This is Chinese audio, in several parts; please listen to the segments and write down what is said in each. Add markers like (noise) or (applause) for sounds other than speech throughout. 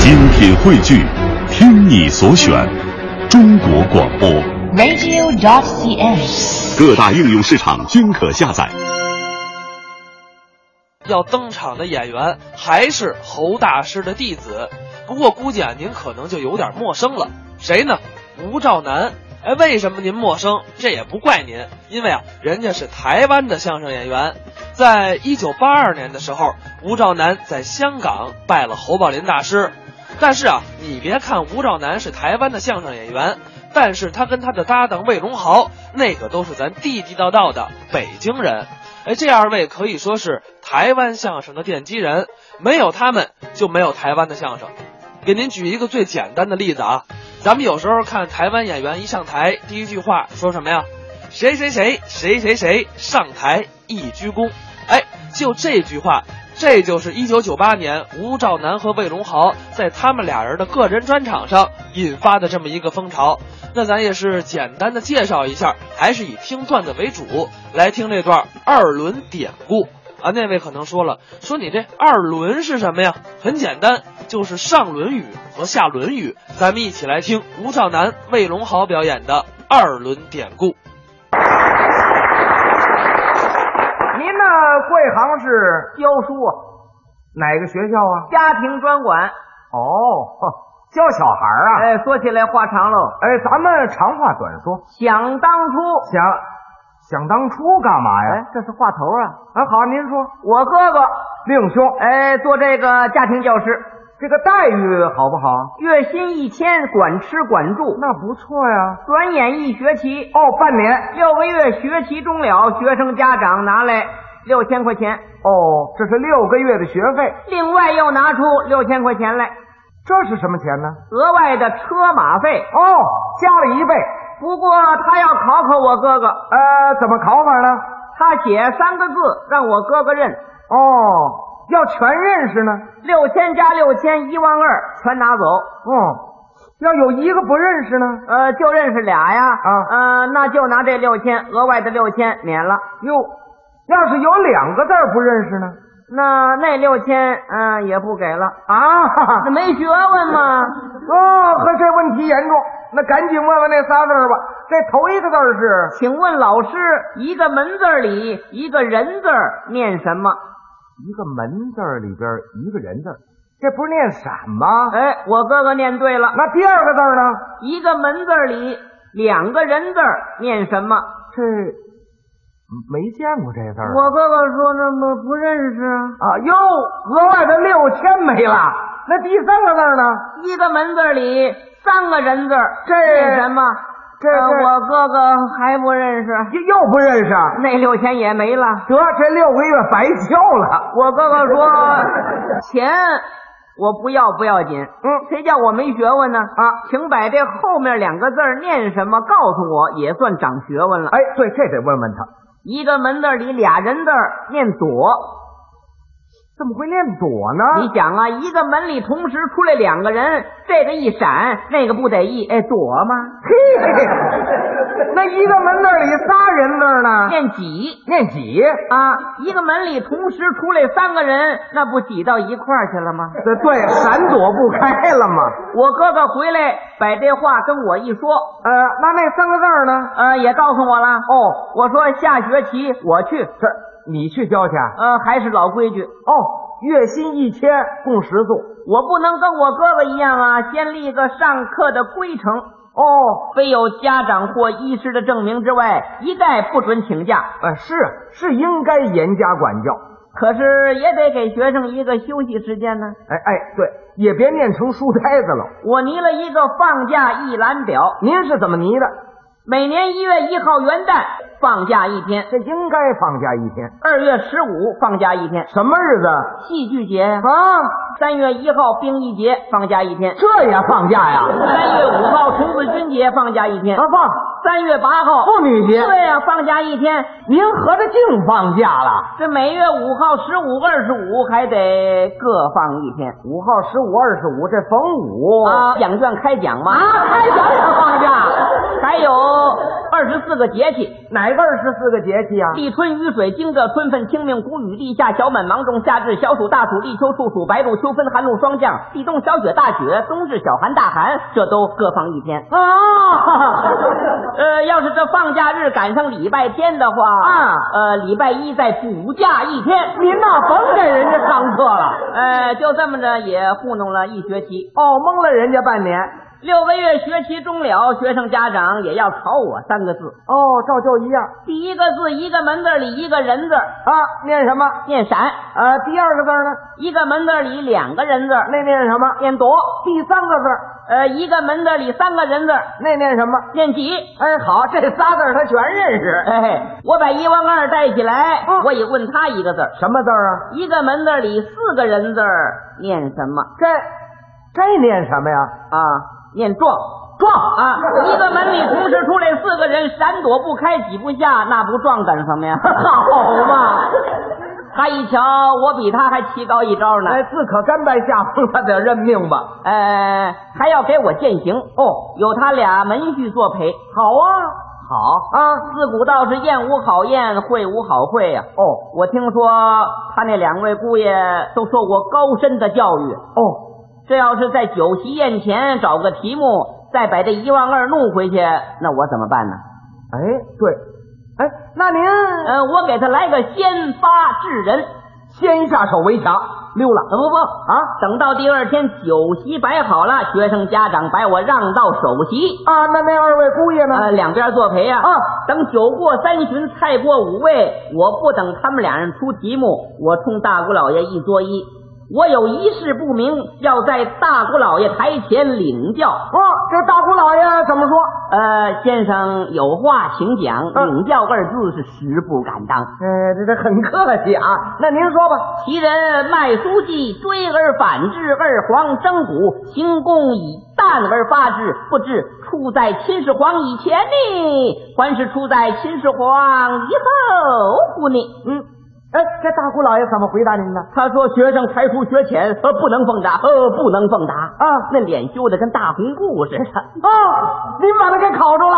精品汇聚，听你所选，中国广播。 radio.cn。各大应用市场均可下载。要登场的演员还是侯大师的弟子，不过估计啊，您可能就有点陌生了。谁呢？吴兆南。哎，为什么您陌生？这也不怪您，因为啊，人家是台湾的相声演员。在一九八二年的时候，吴兆南在香港拜了侯宝林大师。但是啊，你别看吴兆南是台湾的相声演员，但是他跟他的搭档魏荣豪，那可都是咱地地道道的北京人。哎，这二位可以说是台湾相声的奠基人，没有他们就没有台湾的相声。给您举一个最简单的例子啊，咱们有时候看台湾演员一上台，第一句话说什么呀？谁谁谁谁谁谁上台一鞠躬。哎，就这句话，这就是一九九八年吴兆南和魏荣豪在他们俩人的个人专场上引发的这么一个风潮。那咱也是简单的介绍一下，还是以听段子为主，来听这段二轮典故。啊，那位可能说了，说你这二轮是什么呀？很简单，就是上轮语和下轮语。咱们一起来听吴兆南、魏龙豪表演的二轮典故。您呢，贵行是教书啊，哪个学校啊？家庭专管。哦，呵教小孩儿啊。哎，说起来话长喽。哎，咱们长话短说，想当初，想想当初干嘛呀？哎，这是话头啊。啊，好，您说，我哥哥，令兄，哎，做这个家庭教师，这个待遇好不好？月薪一千，管吃管住。那不错呀。转眼一学期，哦，半年。六个月学期终了，学生家长拿来六千块钱，哦，这是六个月的学费，另外又拿出六千块钱来，这是什么钱呢？额外的车马费。哦，加了一倍。不过他要考考我哥哥，呃，怎么考法呢？他写三个字让我哥哥认，哦，要全认识呢。六千加六千一万二，全拿走。哦，要有一个不认识呢。呃，就认识俩呀。啊呃，那就拿这六千，额外的六千免了。哟，要是有两个字儿不认识呢？那那六千，嗯、也不 (laughs) 给了。啊，哈哈那没学问嘛。哦，和这问题严重，那赶紧问问那仨字儿吧。这头一个字儿是请问老师，一个门字儿里一个人字儿念什么？一个门字儿里边儿一个人字儿，这不是念闪吗？哎，我哥哥念对了，那第二个字儿呢？一个门字儿里两个人字儿念什么？这没见过这字儿我哥哥说那么不认识啊。啊，哟，额外的六千没了。那第三个字儿呢？一个门字儿里三个人字儿，这念什么？这呃这我哥哥还不认识，啊又又不认识啊，那六千也没了。得这六个月白交了。我哥哥 (laughs) 说钱我不要不要紧，嗯谁叫我没学问呢？啊，请把这后面两个字儿念什么告诉我，也算长学问了。哎，对，这得问问他，一个门字儿里俩人字儿念左，怎么会念躲你呢？想啊，一个门里同时出来两个人，这个一闪，那个不得意，哎，左吗？嘿，那一个门字儿里仨人字儿呢？念几？念几？啊，一个门里同时出来三个人，那不挤到一块儿去了吗？这对，闪躲不开了嘛。我哥哥回来把这话跟我一说，呃，那那三个字儿呢？呃，也告诉我了。哦，我说下学期我去，这你去交去啊？呃，还是老规矩，哦，月薪一千，供食宿。我不能跟我哥哥一样啊，先立个上课的规程，哦，非有家长或医师的证明之外，一概不准请假。呃，是是应该严加管教。可是也得给学生一个休息时间呢。哎哎，对，也别念成书呆子了。我拟了一个放假一览表，您是怎么拟的？每年一月一号元旦放假一天。这应该放假一天，二月十五放假一天，什么日子戏剧节呀；啊？三月一号兵役节放假一天，这也放假呀？三月五号童子军节放假一天啊，放三月八号妇女节，对呀、放假一天。您合着净放假了。这每月五号、十五、二十五还得各放一天五号、十五、二十五，这逢五啊！奖券开奖嘛，啊，开奖也放假，还有二十四个节气：哪个二十四个节气啊？立春、雨水、惊蛰、春分、清明、谷雨、立夏、小满、芒种、夏至、小暑、大暑、立秋、处暑、白露、秋分、寒露、霜降、立冬、小雪、大雪、冬至、小寒、大寒，这都各放一天。 (laughs) 啊，呃，要是这放假日赶上礼拜天的话，啊呃，礼拜一再补假一天。您呐，甭给人家上课了，呃，就这么着也糊弄了一学期。哦，蒙了人家半年。六个月学期终了，学生家长也要考我三个字，哦，照旧一样第一个字一个门字里一个人字，啊。念什么？念闪；呃，第二个字呢？一个门字里两个人字，那念什么？念夺；第三个字，呃，一个门字里三个人字，那念什么？念几。哎，好，这仨字儿他全认识。哎，我把一万二带起来，嗯我也问他一个字儿什么字儿啊？一个门字里四个人字儿念什么？这这念什么呀？啊，念撞撞啊！一个门里同时出来四个人，闪躲不开，挤不下，那不撞干什么呀？ (laughs) 好嘛！他一瞧，我比他还棋高一招呢，哎，自可甘拜下风，他得认命吧。呃，还要给我践行哦，有他俩门婿作陪，好啊，好啊，自古道是宴无好宴，会无好会呀、哦我听说他那两位姑爷都受过高深的教育，哦，这要是在酒席宴前找个题目，再把这一万二弄回去，那我怎么办呢？哎，对，哎，那您呃，我给他来个先发制人，先下手为强，溜了。呃不不啊，等到第二天酒席摆好了，学生家长把我让到首席，啊，那那二位姑爷呢？呃，两边作陪呀、啊等酒过三巡，菜过五味，我不等他们俩人出题目，我冲大姑老爷一作揖，我有一事不明，要在大姑老爷台前领教。哦，这大姑老爷怎么说？呃，先生有话请讲，啊领教二字是实不敢当。呃，这这很客气啊。那您说吧。其人卖书记，追而反之，二皇争古，行功以淡而发之，不知处在秦始皇以前呢，还是处在秦始皇以后乎呢？嗯，哎，这大姑老爷怎么回答您的？他说学生才疏学浅，呃，不能奉答，呃，不能奉答啊那脸羞的跟大红布似的。哦，您把他给烤住了。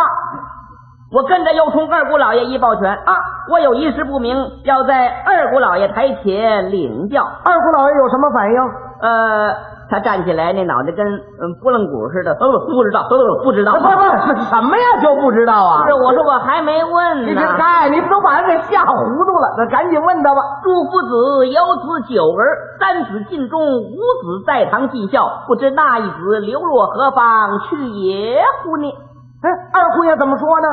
我跟着又冲二姑老爷一抱拳啊，我有一事不明，要在二姑老爷台前领教。二姑老爷有什么反应？呃，他站起来，那脑袋跟嗯拨浪鼓似的。呃，不知道，呃，不 (laughs) 知道。不不，是什么呀？就不知道啊是，我说我还没问你呢这。嗨，你都把人给吓糊涂了。那赶紧问他吧。祝夫子有子九儿，三子尽忠，五子在堂尽孝，不知那一子流落何方去也乎呢？哎，二姑爷怎么说呢？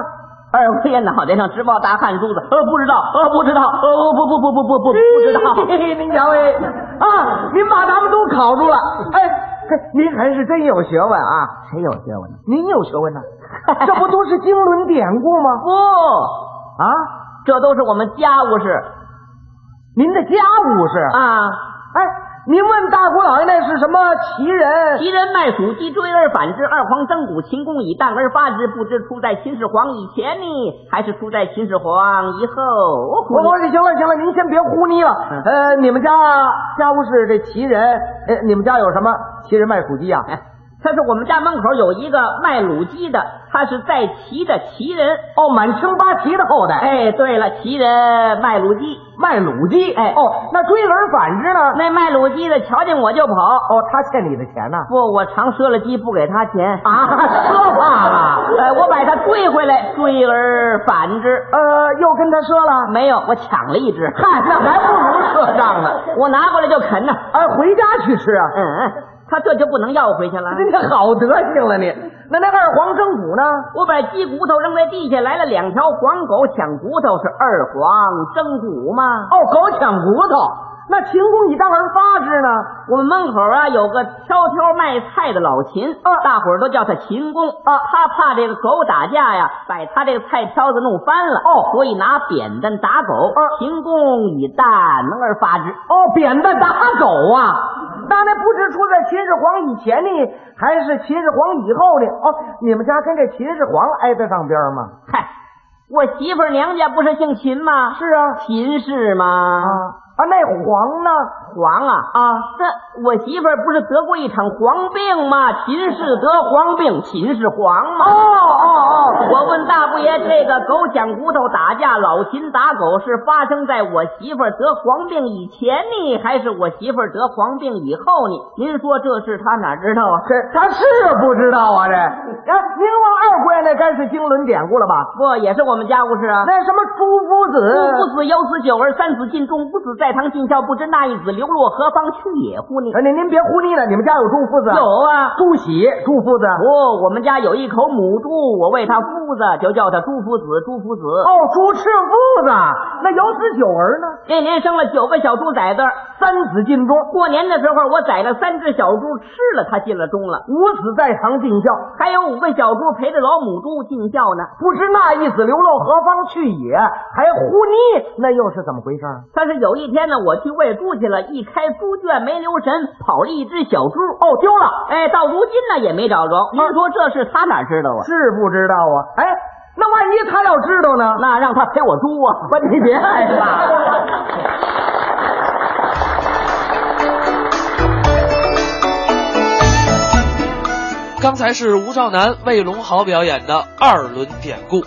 二位脑袋上直冒大汗珠子，呃，不知道，呃，不知道，呃，不不不不不不不不 (laughs) 知道。嘿嘿您瞧哎，啊，您把他们都烤住了。哎，这您还是真有学问啊！谁有学问呢？您有学问呐、 (laughs) 这不都是经纶典故吗？不，啊，哦这都是我们家务事您的家务事。啊。哎，您问大姑老爷那是什么奇人？其人卖鼠鸡，追而反之，二皇争古，秦公以淡而发之，不知出在秦始皇以前呢，还是出在秦始皇以后？我我行了行了，您先别胡捏了。嗯呃，你们家家务事这奇人，呃，你们家有什么奇人卖土鸡啊？哎他是我们家门口有一个卖卤鸡的，他是在齐的齐人。哦，满清八旗的后代，哎，对了，齐人卖卤鸡，卖卤鸡。哎哦，那追而反之呢？那卖卤鸡的瞧见我就跑。哦，他欠你的钱呢、不，我常赊了鸡，不给他钱啊赊话了哎，我把他追回来，追而反之，呃，又跟他说了，没有，我抢了一只。 (laughs) 嗨，那还不如赊账呢。我拿过来就啃呢。哎，回家去吃啊。嗯，他这就不能要回去了。您这好德行了你。那那二黄蒸骨呢？我把鸡骨头扔在地下，来了两条黄狗抢骨头，是二黄争骨吗？哦，狗抢骨头。那秦公以当而发之呢？我们门口啊有个挑挑卖菜的老秦，嗯大伙儿都叫他秦公啊。他怕这个狗打架呀，把他这个菜挑子弄翻了哦，所以拿扁担打狗。秦公以蛋而发之，嗯嗯哦，扁担打狗啊！那那不知出在秦始皇以前呢，还是秦始皇以后呢？哦，你们家跟这秦始皇挨得哎上边吗？嗨，我媳妇儿娘家不是姓秦吗？是啊，秦氏吗？啊啊，那黄呢？黄啊啊！这我媳妇儿不是得过一场黄病吗？秦氏得黄病，秦氏黄吗？哦哦哦！我问大姑爷，这个狗抢骨头打架，老秦打狗是发生在我媳妇儿得黄病以前呢，还是我媳妇儿得黄病以后呢？您说这事他哪知道啊？这他是不知道啊，这哎，您忘二姑爷那该是经纶典故了吧？不也是我们家务事啊？那什么朱夫子，夫不子有子九儿，三子尽众，五子在堂尽孝，不知那一子流落何方去也乎呢？哎，您您别胡捏了，你们家有朱夫子？有啊，朱喜，朱夫子。不、我们家有一口母猪，我喂它夫子，就叫它朱夫子，朱夫子。哦，朱赤夫子，那有子九儿呢？那年生了九个小猪崽子，三子尽忠，过年的时候我宰了三只小猪，吃了它进了钟了，五子在堂尽孝。还有五个小猪陪着老母猪尽孝呢。不知那一子流落何方去也，还胡捏，那又是怎么回事？但是有一天呢，我去喂猪去了，一开猪圈没留神，跑了一只小猪，哦，丢了，啊哎，到如今呢也没找着。您说这事他哪知道啊？是不知道啊。哎，那万一他要知道呢？那让他陪我猪啊！ (laughs) 不，你别害怕。刚才是吴兆南、魏龙豪表演的二轮典故。